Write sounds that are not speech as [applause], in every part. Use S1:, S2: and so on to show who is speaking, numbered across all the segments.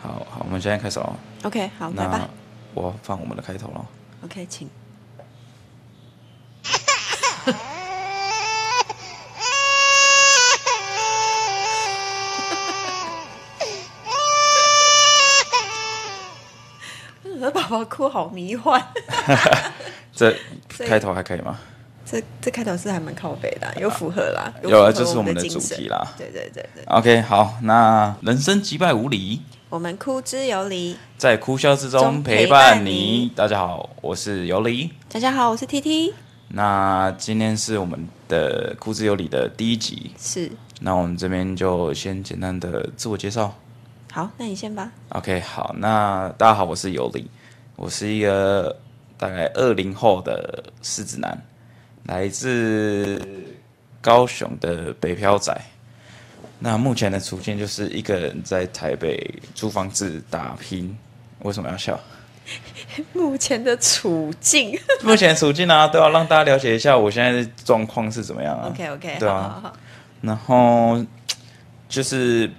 S1: 好好，我们现在开始哦。
S2: OK，好，来
S1: 那
S2: 吧。
S1: 我放我们的开头了。
S2: OK，请。鹅宝宝哭好迷幻，
S1: 这
S2: 所以
S1: 开头还可以吗？
S2: [laughs] 这这开头是还蛮靠北的啊、有符合啦，
S1: 有啊
S2: 符合
S1: 这是
S2: 我
S1: 我们的
S2: 精
S1: 主
S2: 神
S1: 题啦
S2: 对对对对，
S1: OK，好，那人生击败无理，
S2: 我们哭之有理。
S1: 在哭笑之中
S2: 中
S1: 陪
S2: 陪
S1: 伴
S2: 伴
S1: 你
S2: 你。
S1: 大家好，我是尤里。
S2: 大家好，我是 T T，
S1: 那今天是我们的《哭之有理》的第一集，
S2: 是
S1: 那我们这边就先简单的自我介绍。
S2: 好，那你先吧。
S1: OK，好，那大家好，我是尤里，我是一个大概二零后的狮子男，来自高雄的北漂仔。那目前的处境就是一个人在台北租房子打拼。为什么要笑？
S2: 目前的处境
S1: 目前处境啊，都要让大家了解一下我现在的状况是怎么样啊。
S2: ，OK OK，
S1: 对啊
S2: 好好好，
S1: 然后就是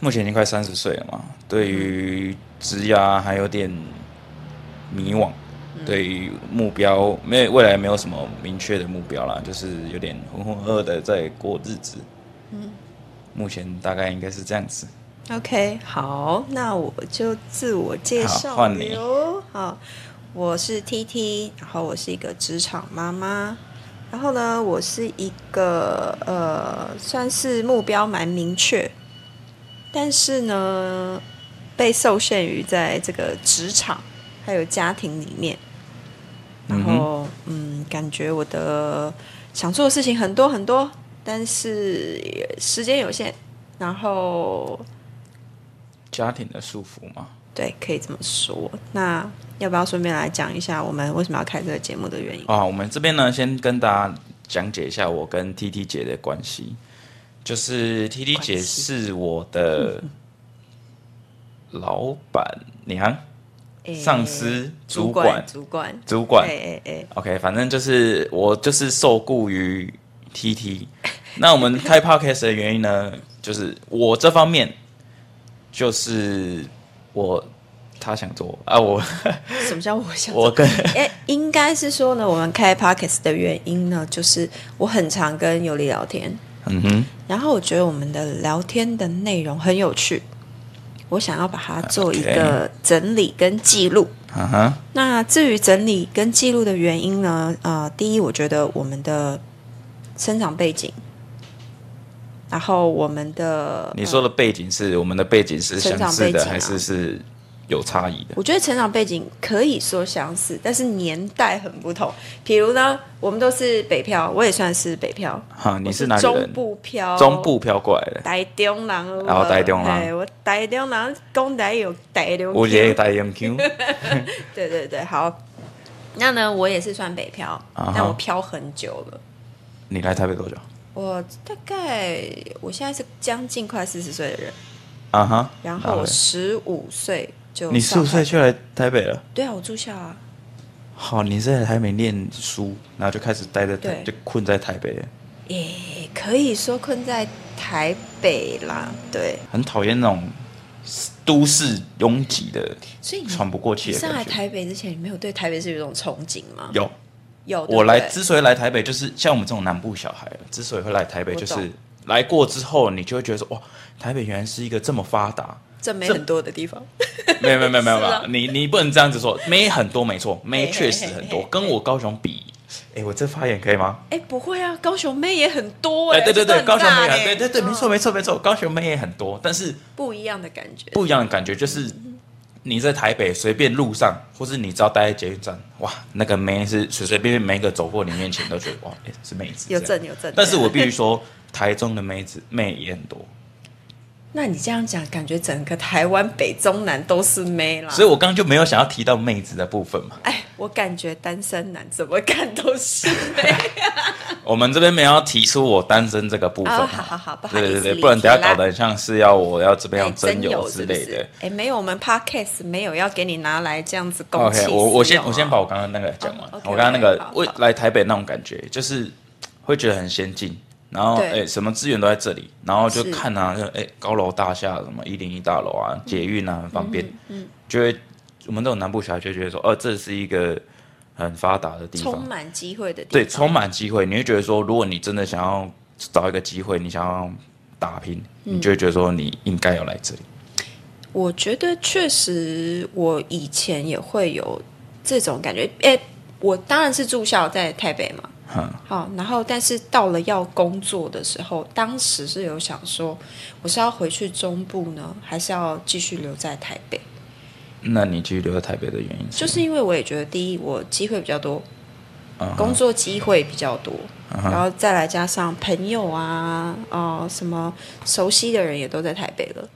S1: 目前已经快三十岁了嘛，对于职涯还有点迷惘，对于目标没有未来没有什么明确的目标啦，就是有点浑浑噩噩的在过日子。目前大概应该是这样子。
S2: OK，好，那我就自我介
S1: 好
S2: 绍
S1: 换
S2: 了
S1: 你
S2: 哟。好，我是 TT，然后我是一个职场妈妈，然后呢，我是一个呃，算是目标蛮明确，但是呢，被受限于在这个职场还有家庭里面，然后嗯，感觉我的想做的事情很多很多，但是也时间有限，然后。
S1: 家庭的束缚嘛，
S2: 对，可以这么说。那要不要顺便来讲一下我们为什么要开这个节目的原因？
S1: 啊，我们这边呢，先跟大家讲解一下我跟 T T 姐的关系。就是 T T
S2: 关系
S1: 姐是我的老板娘、
S2: 诶
S1: 上司、主
S2: 管
S1: 管、、
S2: 主管，
S1: 主管。
S2: 哎哎哎，
S1: OK，反正就是我就是受雇于 T T。那我们开 Podcast 的原因呢，就是我这方面就是我他想做啊，我
S2: 哎什么叫我想？
S1: 我跟 [laughs]
S2: 哎，应该是说呢，我们开 Pockets 的原因呢，就是我很常跟尤里聊天，
S1: 嗯哼
S2: 然后我觉得我们的聊天的内容很有趣，我想要把它做一
S1: 啊 OK
S2: 个整理跟记录。
S1: 啊哈
S2: 那至于整理跟记录的原因呢？呃，第一，我觉得我们的生长背景，然后我们的
S1: 你说的背景是我们的背景是相似
S2: 成长背
S1: 的，
S2: 景啊
S1: 还是是有差异的？
S2: 我觉得成长背景可以说相似，但是年代很不同。比如呢，我们都是北漂，我也算是北漂，
S1: 哈，你
S2: 我
S1: 是
S2: 是
S1: 哪里
S2: 中
S1: 人？
S2: 部漂，
S1: 中部飘过来的，
S2: 台中人，
S1: 然后台中人
S2: 哎嘿我台中人讲台有台中
S1: 我也带 MQ
S2: 对对对，好。那呢，我也是算北漂，
S1: 啊哈
S2: 但我漂很久了。
S1: [laughs] 你来台北多久？
S2: 我大概我现在是将近快四十岁的人，
S1: 啊哈，
S2: 然后我
S1: 嘞
S2: 十五岁就
S1: 你十
S2: 上
S1: 五岁
S2: 台
S1: 就来台北了。
S2: 对啊，我住校啊，
S1: 好，你是在台北念书，然后就开始待在台，
S2: 对
S1: 就困在台北，
S2: 也可以说困在台北啦，对，
S1: 很讨厌那种都市拥挤的，
S2: 所以你
S1: 喘不过气
S2: 你
S1: 的
S2: 上来
S1: 感觉。
S2: 台北之前，你没有对台北是有一种憧憬吗？
S1: 有，
S2: 有，对不
S1: 我来
S2: 哦对
S1: 之所以来台北，就是像我们这种南部小孩，之所以会来台北，
S2: 我
S1: 就
S2: 懂
S1: 是来过之后，你就会觉得说，哇，台北原来是一个这么发
S2: [laughs]
S1: 达。
S2: 这没
S1: 这
S2: 很多的地方，
S1: 没有没有没有没有，
S2: 是啊
S1: 你你不能这样子说，没很多没错，没
S2: 嘿嘿
S1: 确实很多，
S2: 嘿嘿
S1: 跟我高雄比，哎，我这发言可以吗？
S2: 哎，不会啊，高雄妹也很多
S1: 哎，
S2: 哎，
S1: 对对
S2: 这都
S1: 对，
S2: 很
S1: 高雄没
S2: 大
S1: 有，
S2: 嘞
S1: 对对对，没错
S2: 嗯
S1: 没错没错，高雄妹也很多，但是
S2: 不一样的感觉，
S1: 不一样的感觉就是，你在台北随便路上，或是你只要待在捷运站，哇，那个妹是随随便便每一个走过你面前都觉得哇，哎是妹子，
S2: 有
S1: 这样
S2: 正有正，
S1: 但是我必
S2: 对啊
S1: 须说，台中的妹子妹也很多，
S2: 那你这样讲，感觉整个台湾北中南都是妹啦。
S1: 所以我刚刚就没有想要提到妹子的部分
S2: [laughs]
S1: 嘛。
S2: 哎，我感觉单身男怎么看都是妹
S1: 我们这边没有要提出我单身这个部分
S2: 啊！
S1: 嘛。
S2: 好好好，不好意
S1: 对
S2: 思，
S1: 对对，
S2: 理
S1: 不然
S2: 解
S1: 等下
S2: 啦
S1: 搞得很像是要我要怎么
S2: 哎
S1: 样征
S2: 真有
S1: 之
S2: 是不
S1: 类
S2: 是
S1: 的。？
S2: 哎，没有，我们 podcast 没有要给你拿来这样子攻
S1: OK，
S2: 击使
S1: 哦
S2: 用啊。
S1: 我我先我先把我刚刚那个讲完
S2: 哦，，OK，
S1: 我刚刚那个
S2: OK，好
S1: 未
S2: 好
S1: 来台北那种感觉，就是嘖会觉得很先进，然后
S2: 对
S1: 哎、什么资源都在这里，然后就是看啊，就哎、高楼大厦什么一零一大楼
S2: 嗯
S1: 啊，捷运啊很方便，嗯，就会我们这种南部小孩就会觉得说，哦、这是一个很发达的地
S2: 充
S1: 方，
S2: 满机会的地方，
S1: 对，充满机会，你会觉得说，如果你真的想要找一个机会，你想要打拼，
S2: 嗯
S1: 你就会觉得说你应该要来这里，
S2: 我觉得确实，我以前也会有这种感觉。诶，我当然是住校在台北嘛，
S1: 哼，
S2: 好，然后但是到了要工作的时候，当时是有想说，我是要回去中部呢，还是要继续留在台北？
S1: 那你继续留在台北的原因是，
S2: 就是因为我也觉得，第一，我机会比较多，
S1: 嗯哼
S2: 工作机会比较多，
S1: 嗯
S2: 然后再来加上朋友啊，哦、什么熟悉的人也都在台北了，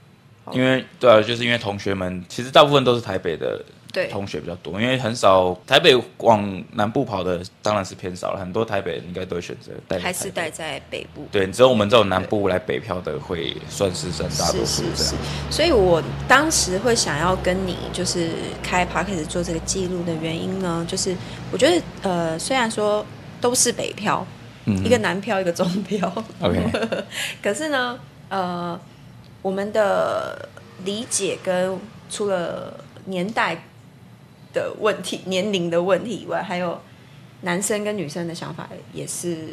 S1: 因为对啊，就是因为同学们其实大部分都是台北的
S2: 对，
S1: 同学比较多，因为很少台北往南部跑的当然是偏少了，很多台北人应该都会选择待在
S2: 还是
S1: 台北
S2: 待在北部。
S1: 对，只有我们这种南部来北漂的会算是占大多
S2: 是
S1: 数
S2: 是
S1: 这
S2: 是
S1: 样。，
S2: 所以我当时会想要跟你就是开 p o d c a s 做这个记录的原因呢，就是我觉得呃，虽然说都是北漂，
S1: 嗯
S2: 一个南漂一个中漂，
S1: OK，
S2: [laughs] 可是呢，呃，我们的理解跟除了年代的问题、年龄的问题以外，还有男生跟女生的想法也是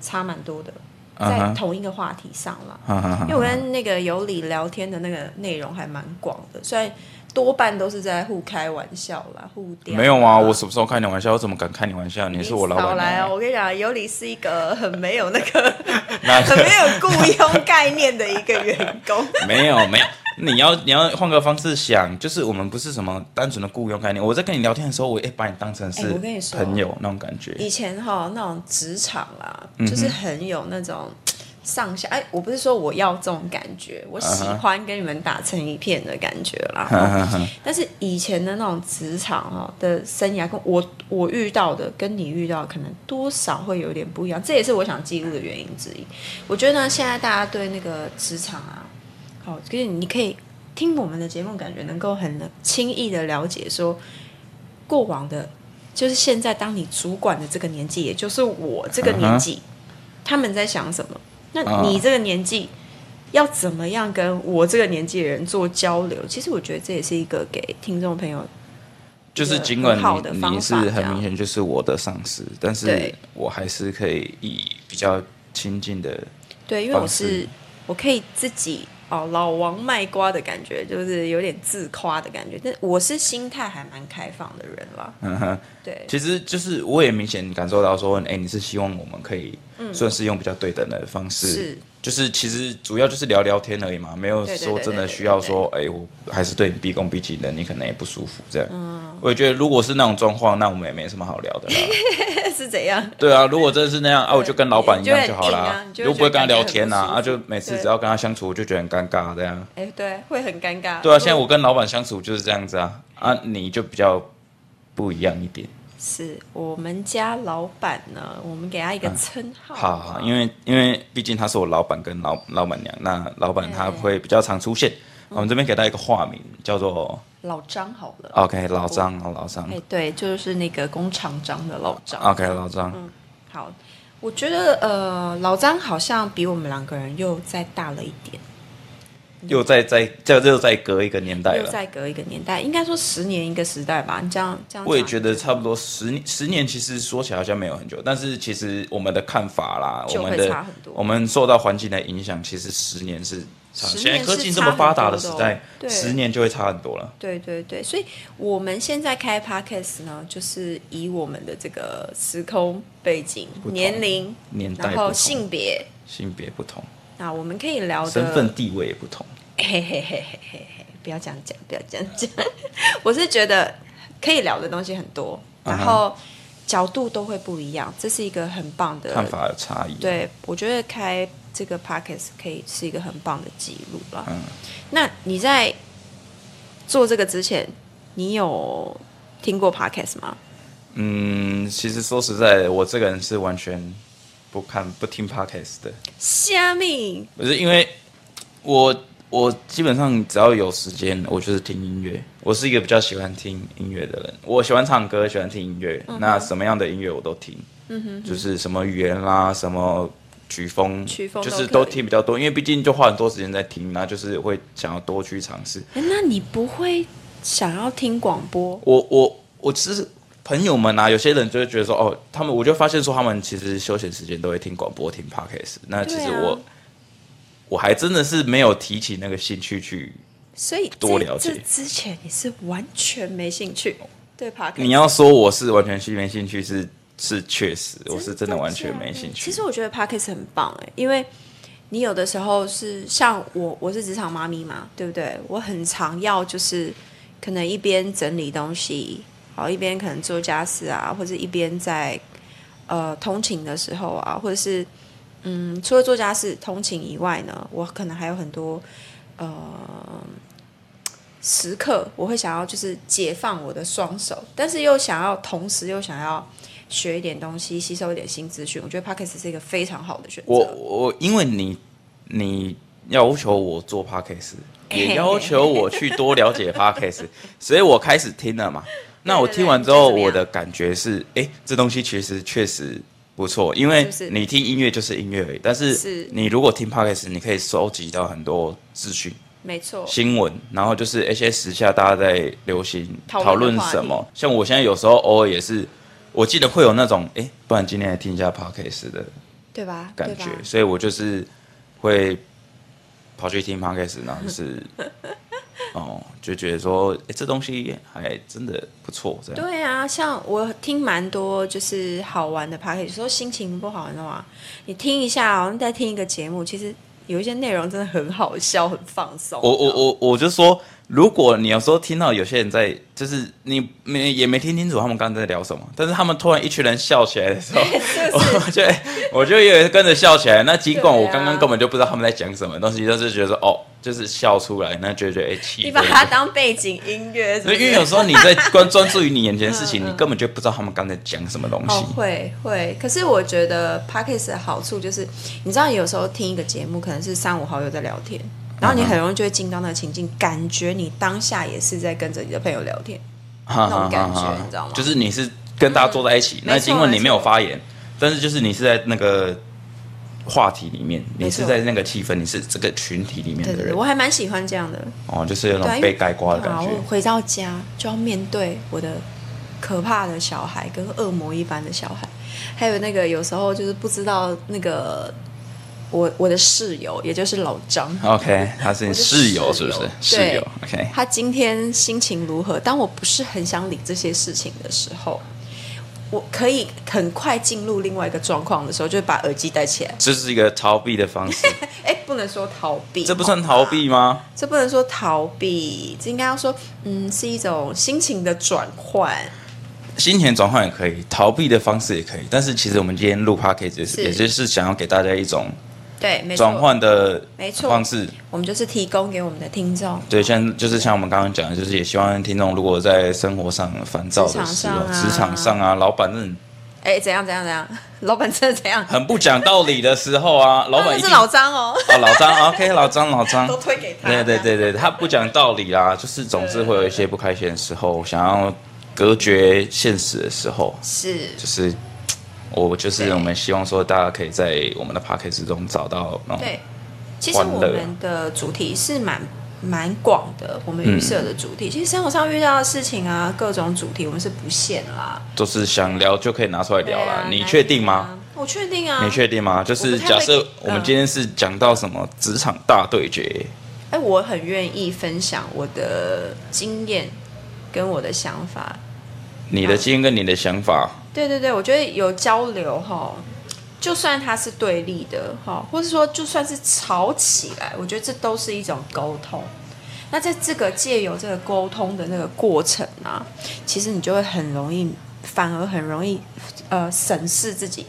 S2: 差蛮多的，
S1: 嗯
S2: 在
S1: 哼嗯
S2: 同一个话题上啦。
S1: 哈哈哈
S2: 因为我跟那个尤里聊天的那个内容还蛮广的，虽然多半都是在互开玩笑啦，互屌啦
S1: 没有啊，我什么时候开你玩笑？我怎么敢开你玩笑？你
S2: 你
S1: 是我老
S2: 少
S1: 板啊
S2: 来
S1: 娘
S2: 哦！我跟你讲，尤里是一个很没有那个、
S1: [laughs] 那
S2: 很没有雇佣概念的一个员工。
S1: [laughs] 没有没有，你要你要换个方式想，就是我们不是什么单纯的雇佣概念。我在跟你聊天的时候，我也把你当成
S2: 哎
S1: 是
S2: 我跟你说
S1: 朋友那种感觉。
S2: 以前哈那种职场啦，
S1: 嗯
S2: 就是很有那种上下。哎，我不是说我要这种感觉，我喜欢跟你们打成一片的感觉
S1: [laughs]
S2: 啦。哈但是以前的那种职场哦的生涯，跟我我遇到的跟你遇到的可能多少会有点不一样，这也是我想记录的原因之一。我觉得呢，现在大家对那个职场啊，好，就是你可以听我们的节目，感觉能够很轻易的了解说过往的，就是现在当你主管的这个年纪，也就是我这个年纪他们在想什么？那
S1: 嗯啊
S2: 你这个年纪。要怎么样跟我这个年纪的人做交流？其实我觉得这也是一个给听众朋友
S1: 就是尽管
S2: 很好的
S1: 你
S2: 方
S1: 你是
S2: 法这
S1: 很
S2: 样
S1: 明显就是我的上司，但是
S2: 对
S1: 我还是可以以比较亲近的
S2: 对，因为我
S1: 方式
S2: 是我可以自己哦老王卖瓜的感觉，就是有点自夸的感觉。但我是心态还蛮开放的人啦，
S1: 嗯哼，
S2: 对，
S1: 其实就是我也明显感受到说，哎、你是希望我们可以算是用比较对等的方式，
S2: 嗯是
S1: 就是其实主要就是聊聊天而已嘛，没有
S2: 对对
S1: 说
S2: 对
S1: 真
S2: 对
S1: 的
S2: 对
S1: 需要
S2: 对
S1: 说，哎、我还是对你毕恭毕敬的，你可能也不舒服这样。嗯，我也觉得如果是那种状况，那我们也没什么好聊的啦。
S2: 是怎样？
S1: 对啊，如果真的是那样啊，我就跟老板一样
S2: 你就
S1: 就
S2: 很
S1: 好
S2: 硬啊
S1: 啦
S2: 你，就
S1: 又
S2: 会
S1: 不会跟他
S2: 觉得
S1: 聊
S2: 感觉
S1: 天啊，
S2: 很
S1: 啊，
S2: 不舒服
S1: 就每次
S2: 对
S1: 只要跟他相处，我就觉得很尴尬这样。
S2: 哎，对，会很尴尬。
S1: 对啊，
S2: 如果
S1: 现在我跟老板相处就是这样子啊，啊，你就比较不一样一点。
S2: 是我们家老板呢，我们给他一个称号
S1: 嗯
S2: 啊、
S1: 好好，因为因为毕竟他是我老板跟老老板娘，那老板他会比较常出现。
S2: 嗯
S1: 我们这边给他一个化名，叫做
S2: 老张好了。
S1: OK 老张，老张
S2: 哎，对，就是那个工厂张的老张。
S1: ，OK 老
S2: 嗯
S1: 张，
S2: 好，我觉得呃，老张好像比我们两个人又再大了一点，
S1: 又再再再又再隔一个年代
S2: 又
S1: 了。
S2: 再隔一个年代，应该说十年一个时代吧。你这样这样，
S1: 我也觉得差不多十年，十年其实说起来好像没有很久，但是其实我们的看法啦，
S2: 就
S1: 我
S2: 会
S1: 们
S2: 差
S1: 的
S2: 很多
S1: 我们受到环境的影响，其实十年是差。
S2: 十年
S1: 现在科
S2: 是
S1: 技
S2: 差
S1: 这么发达
S2: 很
S1: 的
S2: 多
S1: 时
S2: 的哦
S1: 代，
S2: 对
S1: 十年就会差很多了。
S2: 对对对，所以我们现在开 podcast 呢，就是以我们的这个时空背景、
S1: 同
S2: 年龄、
S1: 年代
S2: 然
S1: 不
S2: 后
S1: 同
S2: 性别，
S1: 性别不同，
S2: 那我们可以聊的
S1: 身份地位也不同。
S2: 嘿嘿嘿嘿嘿嘿，不要这样讲，不要这样讲。 [laughs] 我是觉得可以聊的东西很多，然
S1: 嗯
S2: 后角度都会不一样，这是一个很棒的
S1: 看法有差异。，
S2: 对，我觉得开这个 podcast 可以是一个很棒的记录吧。
S1: 嗯
S2: 那你在做这个之前，你有听过 podcast 吗？
S1: 嗯，其实说实在的，我这个人是完全不看不听 podcast 的，
S2: 虾米，
S1: 不是因为我我基本上只要有时间，我就是听音乐。我是一个比较喜欢听音乐的人，我喜欢唱歌，
S2: 嗯
S1: 喜欢听音乐，那什么样的音乐我都听，嗯哼就是什么语言啦，什么曲风，
S2: 曲风都
S1: 就是
S2: 可以
S1: 都听比较多，因为毕竟就花很多时间在听那就是会想要多去尝试。
S2: 哎，那你不会想要听广播？
S1: 我我我其实朋友们啊，有些人就会觉得说，哦，他们我就发现说，他们其实休闲时间都会听广播、听 podcast。那其实
S2: 对啊
S1: 我、我还真的是没有提起那个兴趣去。
S2: 所以
S1: 多
S2: 在
S1: 了解哦
S2: 这之前你是完全没兴趣对 p o
S1: 你要说我是完全没兴趣是是确实，我是真的完全
S2: 假的
S1: 没兴趣。
S2: 其实我觉得 podcast 很棒哎、因为你有的时候是像我，我是职场妈咪嘛，对不对？我很常要就是可能一边整理东西，好一边可能做家事啊，或者一边在呃通勤的时候啊，或者是嗯除了做家事通勤以外呢，我可能还有很多呃。时刻我会想要就是解放我的双手，但是又想要同时又想要学一点东西，吸收一点新资讯。我觉得 podcast 是一个非常好的选择。
S1: 我我因为你你要求我做 podcast，也要求我去多了
S2: [laughs]
S1: 解 podcast，所以我开始听了嘛。那我听完之后，
S2: 对对对
S1: 我的感觉是，哎、这东西其实确实不错，因为
S2: 是不是
S1: 你听音乐就是音乐而已，但
S2: 是
S1: 是你如果听 podcast，你可以收集到很多资讯、
S2: 没错，
S1: 新闻，然后就是一些时下大家在流行
S2: 讨论的
S1: 讨论
S2: 话题
S1: 什么。像我现在有时候偶尔也是，我记得会有那种，哎、不然今天来听一下 podcast 的
S2: 对吧？
S1: 感
S2: 对
S1: 觉
S2: 吧，
S1: 所以我就是会跑去听 podcast，然后就是
S2: [laughs]
S1: 哦，就觉得说，哎、这东西还真的不错，这样。
S2: 对啊，像我听蛮多就是好玩的 podcast，有时候心情不好，你知道吗？你听一下，好像在听一个节目，其实有一些内容真的很好笑，很放松。
S1: 我我我我就说，如果你有时候听到有些人在，就是你没也没听清楚他们刚才在聊什么，但是他们突然一群人笑起来的
S2: [laughs]
S1: 时候，我就我就也跟着笑起来。那尽管
S2: 对啊
S1: 我刚刚根本就不知道他们在讲什么东西，但是觉得说哦，就是笑出来，那就觉得哎气氛。
S2: 你把它当背景音乐，是不
S1: 所
S2: 是
S1: 以因为有时候你在专专注于你眼前的事
S2: [laughs]
S1: 情，你根本就不知道他们刚才讲什么东西
S2: 嗯哦，。会会，可是我觉得 podcast 的好处就是，你知道有时候听一个节目，可能是三五好友在聊天，然后你很容易就会进到那个情境，感觉你当下也是在跟着你的朋友聊天。
S1: 哈
S2: 那
S1: 哈
S2: 种感
S1: 哈
S2: 觉
S1: 哈
S2: 你知道吗嗯
S1: 就是你是跟大家坐在一起，那
S2: 没错
S1: 尽管你没有发言，但是就是你是在那个话题里面，
S2: 没
S1: 你
S2: 错
S1: 是在那个气氛，你是这个群体里面的
S2: 对对对，
S1: 人
S2: 我还蛮喜欢这样的。
S1: 哦，就是有
S2: 对啊
S1: 种
S2: 因为
S1: 被盖瓜的
S2: 对啊
S1: 感觉
S2: 我。回到家就要面对我的可怕的小孩，跟恶魔一般的小孩，还有那个有时候就是不知道那个我我的室友，也就是老张。
S1: OK，他啊是你
S2: 我的
S1: 室友是不是？
S2: 对
S1: 室友 OK，
S2: 他今天心情如何？当我不是很想理这些事情的时候，我可以很快进入另外一个状况的时候，就把耳机戴起来。
S1: 这是一个逃避的方
S2: [laughs]
S1: 式，
S2: 哎，不能说逃避，
S1: 这不算逃避吗？
S2: 这不能说逃避，这应该要说，嗯，是一种心情的转换。
S1: 心情转换也可以，逃避的方式也可以，但是其实我们今天录 p o d c a s
S2: 是
S1: t 也就是想要给大家一种
S2: 对，没错，
S1: 转换的
S2: 没错
S1: 方式。
S2: 我们就是提供给我们的听众，
S1: 对，像就是像我们刚刚讲的，就是也希望听众如果在生活上烦躁的时候，
S2: 职场上啊
S1: 职场上啊，老板那种
S2: 哎，怎样怎样怎样， [laughs] 老板真的怎样？
S1: 很不讲道理的时候
S2: [laughs]
S1: 啊，老板
S2: 那
S1: 一
S2: 是
S1: 定
S2: 老张哦，
S1: 哦，老张
S2: [laughs]
S1: ，OK，老张，老张
S2: 都，推给他。
S1: 对对对对，他不讲道理啦，就是总是会有一些不开心的时候，想要隔绝现实的时候，
S2: 是
S1: 就是我就是
S2: 对
S1: 我们希望说大家可以在我们的 p a c k a g e 中找到那种
S2: 对，其实我
S1: 欢乐
S2: 们的主题是蛮蛮广的，我们预设的主
S1: 嗯
S2: 题，其实生活上遇到的事情啊，各种主题我们是不限啦。
S1: 就是想聊就可以拿出来聊
S2: 对
S1: 啦。
S2: 啊
S1: 你确定吗？？
S2: 哪里啊我确定啊。
S1: 你确定吗？就是假
S2: 我
S1: 设
S2: 不太会嗯
S1: 我们今天是讲到什么职场大对决，
S2: 哎，我很愿意分享我的经验跟我的想法。
S1: 你的经验跟你的想法，
S2: 对对对，我觉得有交流哈，就算它是对立的哈，或者说就算是吵起来，我觉得这都是一种沟通。那在这个借由这个沟通的那个过程啊，其实你就会很容易，反而很容易呃审视自己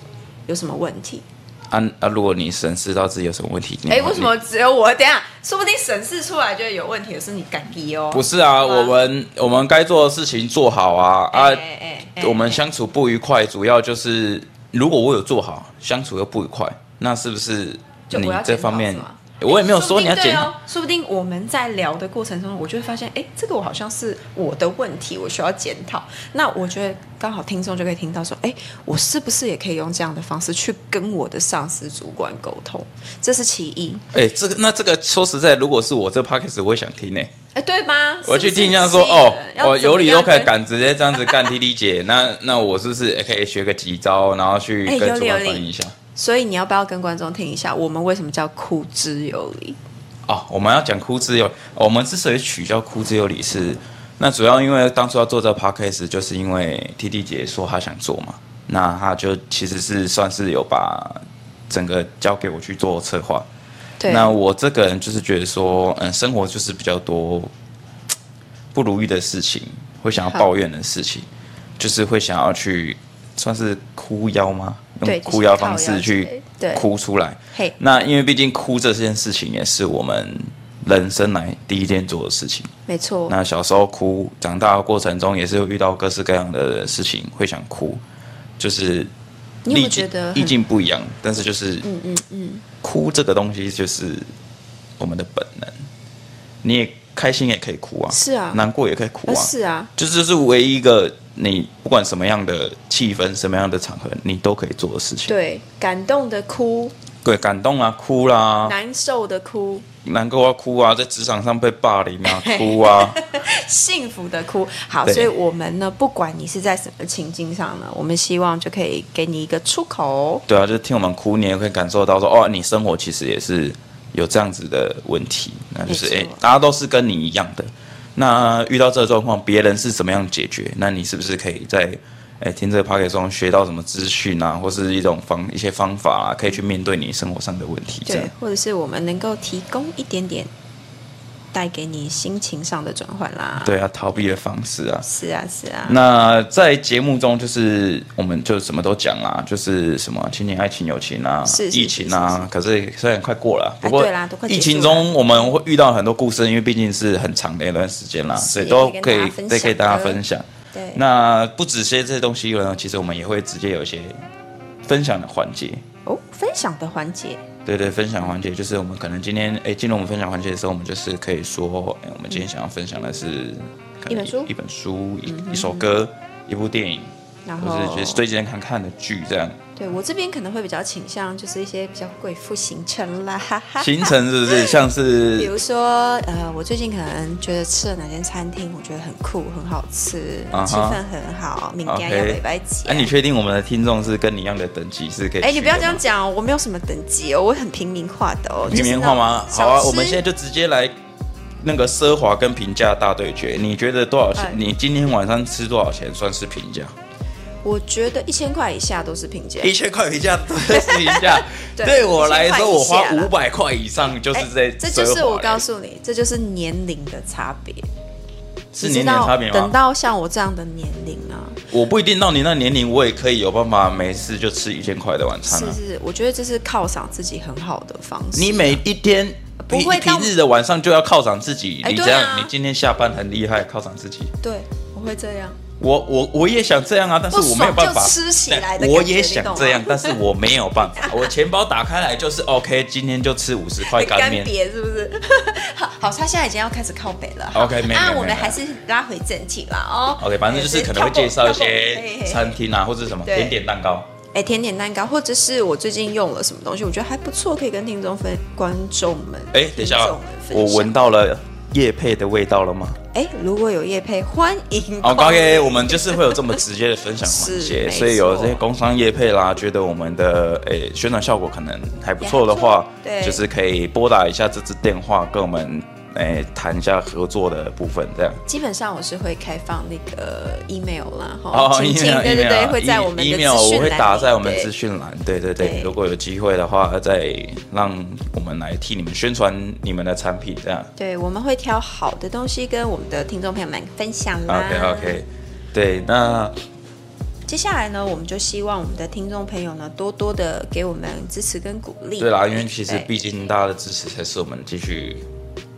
S2: 有什么问题。
S1: 啊啊，如果你审视到自己有什么问题，你
S2: 哎，为什么只有我？等一下，说不定审视出来就会有问题，的是你敢提哦。
S1: 不是啊？我们我们该做的事情做好啊啊！
S2: 哎哎
S1: 我们相处不愉快，主要就是如果我有做好，相处又不愉快，那是不是
S2: 就
S1: 你
S2: 我要
S1: 这
S2: 检讨
S1: 方面
S2: 是吗
S1: 哎我也没有说
S2: 不定
S1: 你要
S2: 对
S1: 检讨。
S2: 哦，说不定我们在聊的过程中，我就会发现，哎，这个我好像是我的问题，我需要检讨。那我觉得刚好听众就可以听到说，哎，我是不是也可以用这样的方式去跟我的上司、主管沟通？这是其一，
S1: 哎、这个那这个说实在，如果是我这 p o c k e t 我也想听呢、
S2: 哎，对吗？
S1: 我去
S2: 是不是
S1: 听一下说
S2: 吸引人
S1: 哦，
S2: 要
S1: 我
S2: 怎么
S1: 有理都
S2: 样
S1: 可以
S2: 跟
S1: 敢直接这样子干 T D 姐， [laughs] 那那我是不是也可以学个几招，然后去
S2: 哎有
S1: 跟
S2: 理
S1: 主管
S2: 有理
S1: 反映一下？
S2: 所以你要不要跟观众听一下，我们为什么叫哭之有理？
S1: 哦，我们要讲哭之有，我们之所以取叫哭之有理是，那主要因为当初要做这 podcast，就是因为 T D 姐说她想做嘛，那她就其实是算是有把整个交给我去做策划。
S2: 对，
S1: 那我这个人就是觉得说，嗯，生活就是比较多嗯不如意的事情，会想要抱怨的事情，就是会想要去算是哭腰吗？
S2: 对
S1: 用
S2: 就是
S1: 哭腰方式
S2: 靠腰
S1: 去
S2: 之类对
S1: 哭出来。
S2: 嘿，
S1: 那因为毕竟哭这件事情也是我们人生来第一件做的事情。
S2: 没错，
S1: 那小时候哭，长大的过程中也是有遇到各式各样的事情，会想哭，就是
S2: 你有没有
S1: 历
S2: 觉得很
S1: 意境不一样，但是就是嗯嗯嗯，哭这个东西就是我们的本能，你也开心也可以哭啊，
S2: 是啊
S1: 难过也可以哭
S2: 呃
S1: 啊，
S2: 是啊，
S1: 就这是唯一一个你不管什么样的气氛、什么样的场合，你都可以做的事情。
S2: 对，感动的哭，
S1: 对，感动啊，哭啦、
S2: 难受的哭，
S1: 难过啊，哭啊，在职场上被霸凌啊，哭啊，
S2: 幸福的哭。好，
S1: 对
S2: 所以我们呢，不管你是在什么情境上呢，我们希望就可以给你一个出口。
S1: 对啊，就是听我们哭，你也可以感受到说，哦，你生活其实也是有这样子的问题，那就是
S2: 没
S1: 诶、
S2: 错
S1: 大家都是跟你一样的。那遇到这个状况，别人是怎么样解决？那你是不是可以在诶听这个 p o c a s t 中学到什么资讯啊，或是一种方一些方法、啊，可以去面对你生活上的问题？这样
S2: 对，或者是我们能够提供一点点，带给你心情上的转换啦。，
S1: 对啊，逃避的方式啊。
S2: 是啊，是啊，
S1: 那在节目中，就是我们就什么都讲啦、就是什么亲情、爱情、友情啊，
S2: 是是
S1: 疫情啊。可是虽然快过了啊，不过、
S2: 对啦都快结束
S1: 疫
S2: 了
S1: 情中我们会遇到很多故事，因为毕竟是很长的一段时间啦，所以都可以
S2: 也可
S1: 对
S2: 以跟大家分享
S1: 可以大家分享。
S2: 对，
S1: 那不止些这些东西呢，其实我们也会直接有一些分享的环节。
S2: 哦，分享的环节，
S1: 对对，分享环节就是我们可能今天哎进入我们分享环节的时候，我们就是可以说，哎，我们今天想要分享的是可能
S2: 一本书嗯
S1: 一本书、一一首歌、一部电影。
S2: 然
S1: 或
S2: 后
S1: 是就是最近看看的剧这样，
S2: 对我这边可能会比较倾向就是一些比较贵妇行程啦，哈哈。
S1: 行程是不是像
S2: [laughs] 比
S1: 是
S2: 如说，呃，我最近可能觉得吃了哪间餐厅，我觉得很酷，很好吃
S1: 啊哈
S2: 气氛很好，明天要
S1: OK
S2: 礼拜几
S1: 哎、？你确定我们的听众是跟你一样的等级是可以去的吗？
S2: 哎、你不要这样讲，我没有什么等级哦，我很平民化的哦，
S1: 平民化吗？
S2: 就是那种
S1: 好啊，
S2: 小吃
S1: 我们现在就直接来那个奢华跟平价大对决。你觉得多少钱？
S2: 哎
S1: 你今天晚上吃多少钱算是平价？
S2: 我觉得一千块以下都是平价。
S1: 一千块以下都是平价，[laughs]
S2: 对
S1: 对我来说，我花
S2: 1000块以下啦
S1: 五百块以上就是在奢华了、
S2: 哎
S1: 欸
S2: 这就是我告诉你，这就是年龄的差别。
S1: 是
S2: 你知
S1: 年龄
S2: 道
S1: 差别吗
S2: 等？到像我这样的年龄啊，
S1: 我不一定到你那年龄，我也可以有办法没事就吃一千块的晚餐啊。
S2: 是是，我觉得这是犒赏自己很好的方式。
S1: 你每一天
S2: 不
S1: 你
S2: 会
S1: 平
S2: 到
S1: 日的晚上就要犒赏自己，
S2: 哎
S1: 你
S2: 对
S1: 这样、
S2: 啊
S1: 你今天下班很厉害，犒赏自己。
S2: 对，我会这样。
S1: 我我我也想这样啊，但是
S2: 不
S1: 我没有
S2: 爽
S1: 办法
S2: 就吃起来
S1: 对
S2: 的感觉
S1: 我也
S2: 你懂
S1: 想
S2: 吗
S1: 这样，但是我没有办法。我钱包打开来就是 OK，今天就吃五十块干
S2: [laughs]
S1: 面。
S2: 瘪是不是？好，好，他现在已经要开始靠北了。
S1: OK，没有
S2: 那
S1: 没有
S2: 我
S1: 没
S2: 们
S1: 有
S2: 还是拉回正题啦哦。
S1: OK，反正就是可能会介绍一
S2: [laughs]
S1: 些
S2: 哎、
S1: 餐厅啊，或者什么
S2: 对
S1: 甜点蛋糕。
S2: 诶哎甜点蛋糕，或者是我最近用了什么东西，我觉得还不错，可以跟听众分观众们。
S1: 哎、等一下
S2: 听
S1: 啊
S2: 众们，分
S1: 我
S2: 享
S1: 闻。到了叶配的味道了吗？
S2: 哎、如果有叶配，欢迎
S1: 哦
S2: 光临。
S1: ，OK，我们就是会有这么直接的分享环
S2: [laughs] 是
S1: 节，
S2: 没
S1: 所以有这些
S2: 错
S1: 工商业配啦，觉得我们的诶、宣传效果可能还不错的话，
S2: 也还不错对
S1: 就是可以拨打一下这支电话，跟我们诶谈、一下合作的部分，这样。
S2: 基本上我是会开放那个 email 啦，
S1: 哦
S2: 哈，请进
S1: email
S2: 对对
S1: email，e，
S2: 对，会在我们的
S1: email
S2: 资
S1: 我
S2: 讯
S1: 会
S2: 栏
S1: 打
S2: 里
S1: 在我们
S2: 对
S1: 资讯栏，对对对
S2: 对，
S1: 如果有机会的话，再让我们来替你们宣传你们的产品，这样。
S2: 对，我们会挑好的东西跟我们的听众朋友们分享啦。
S1: OK OK，对，那
S2: 接下来呢，我们就希望我们的听众朋友呢，多多的给我们支持跟鼓励。
S1: 对啦，因为其实
S2: 对
S1: 毕竟大家的支持才是我们继续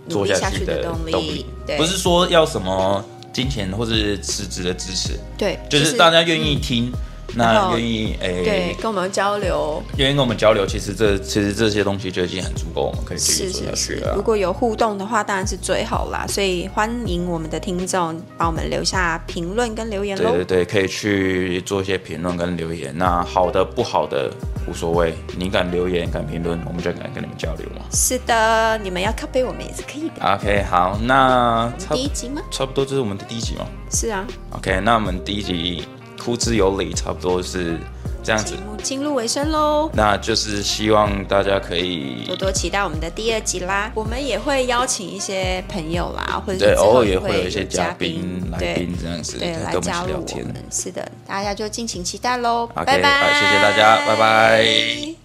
S2: 努
S1: 做
S2: 力
S1: 下
S2: 下
S1: 去
S2: 去
S1: 的
S2: 的
S1: 动
S2: 动
S1: 力，
S2: 力对
S1: 不是说要什么金钱或是辞职的支持，
S2: 对，
S1: 就是大家愿意听。
S2: 嗯然
S1: 那
S2: 后
S1: 愿意诶，
S2: 对，跟我们交流
S1: 愿意跟我们交流，其实这其实这些东西就已经很足够，我们可以继续
S2: 是
S1: 做
S2: 是
S1: 下去
S2: 是
S1: 了，啊
S2: 如。果有互动的话，当然是最好啦。所以欢迎我们的听众帮我们留下评论跟留言
S1: 对
S2: 喽
S1: 对。对，可以去做一些评论跟留言。那好的不好的无所谓，你敢留言敢评论，我们就敢跟你们交流嘛。
S2: 是的，你们要靠背我们也是可以的。
S1: OK，好，那
S2: 我
S1: 差
S2: 们第一集吗？
S1: 差不多就是我们的第一集嘛。
S2: 是啊，
S1: OK，那我们第一集哭之有理差不多是这样
S2: 节
S1: 子，
S2: 目进入尾声喽。
S1: 那就是希望大家可以
S2: 多多期待我们的第二集啦！我们也会邀请一些朋友啦，或者
S1: 对
S2: 是之
S1: 偶
S2: 后
S1: 尔也
S2: 会
S1: 会有一些嘉
S2: 宾
S1: 宾、来
S2: 对
S1: 宾这样子，
S2: 对
S1: 跟
S2: 来
S1: 我们一
S2: 加
S1: 起
S2: 入
S1: 聊
S2: 我
S1: 天
S2: 们。。是的，大家就敬请期待喽
S1: OK，
S2: 拜拜！
S1: 好谢谢大家拜拜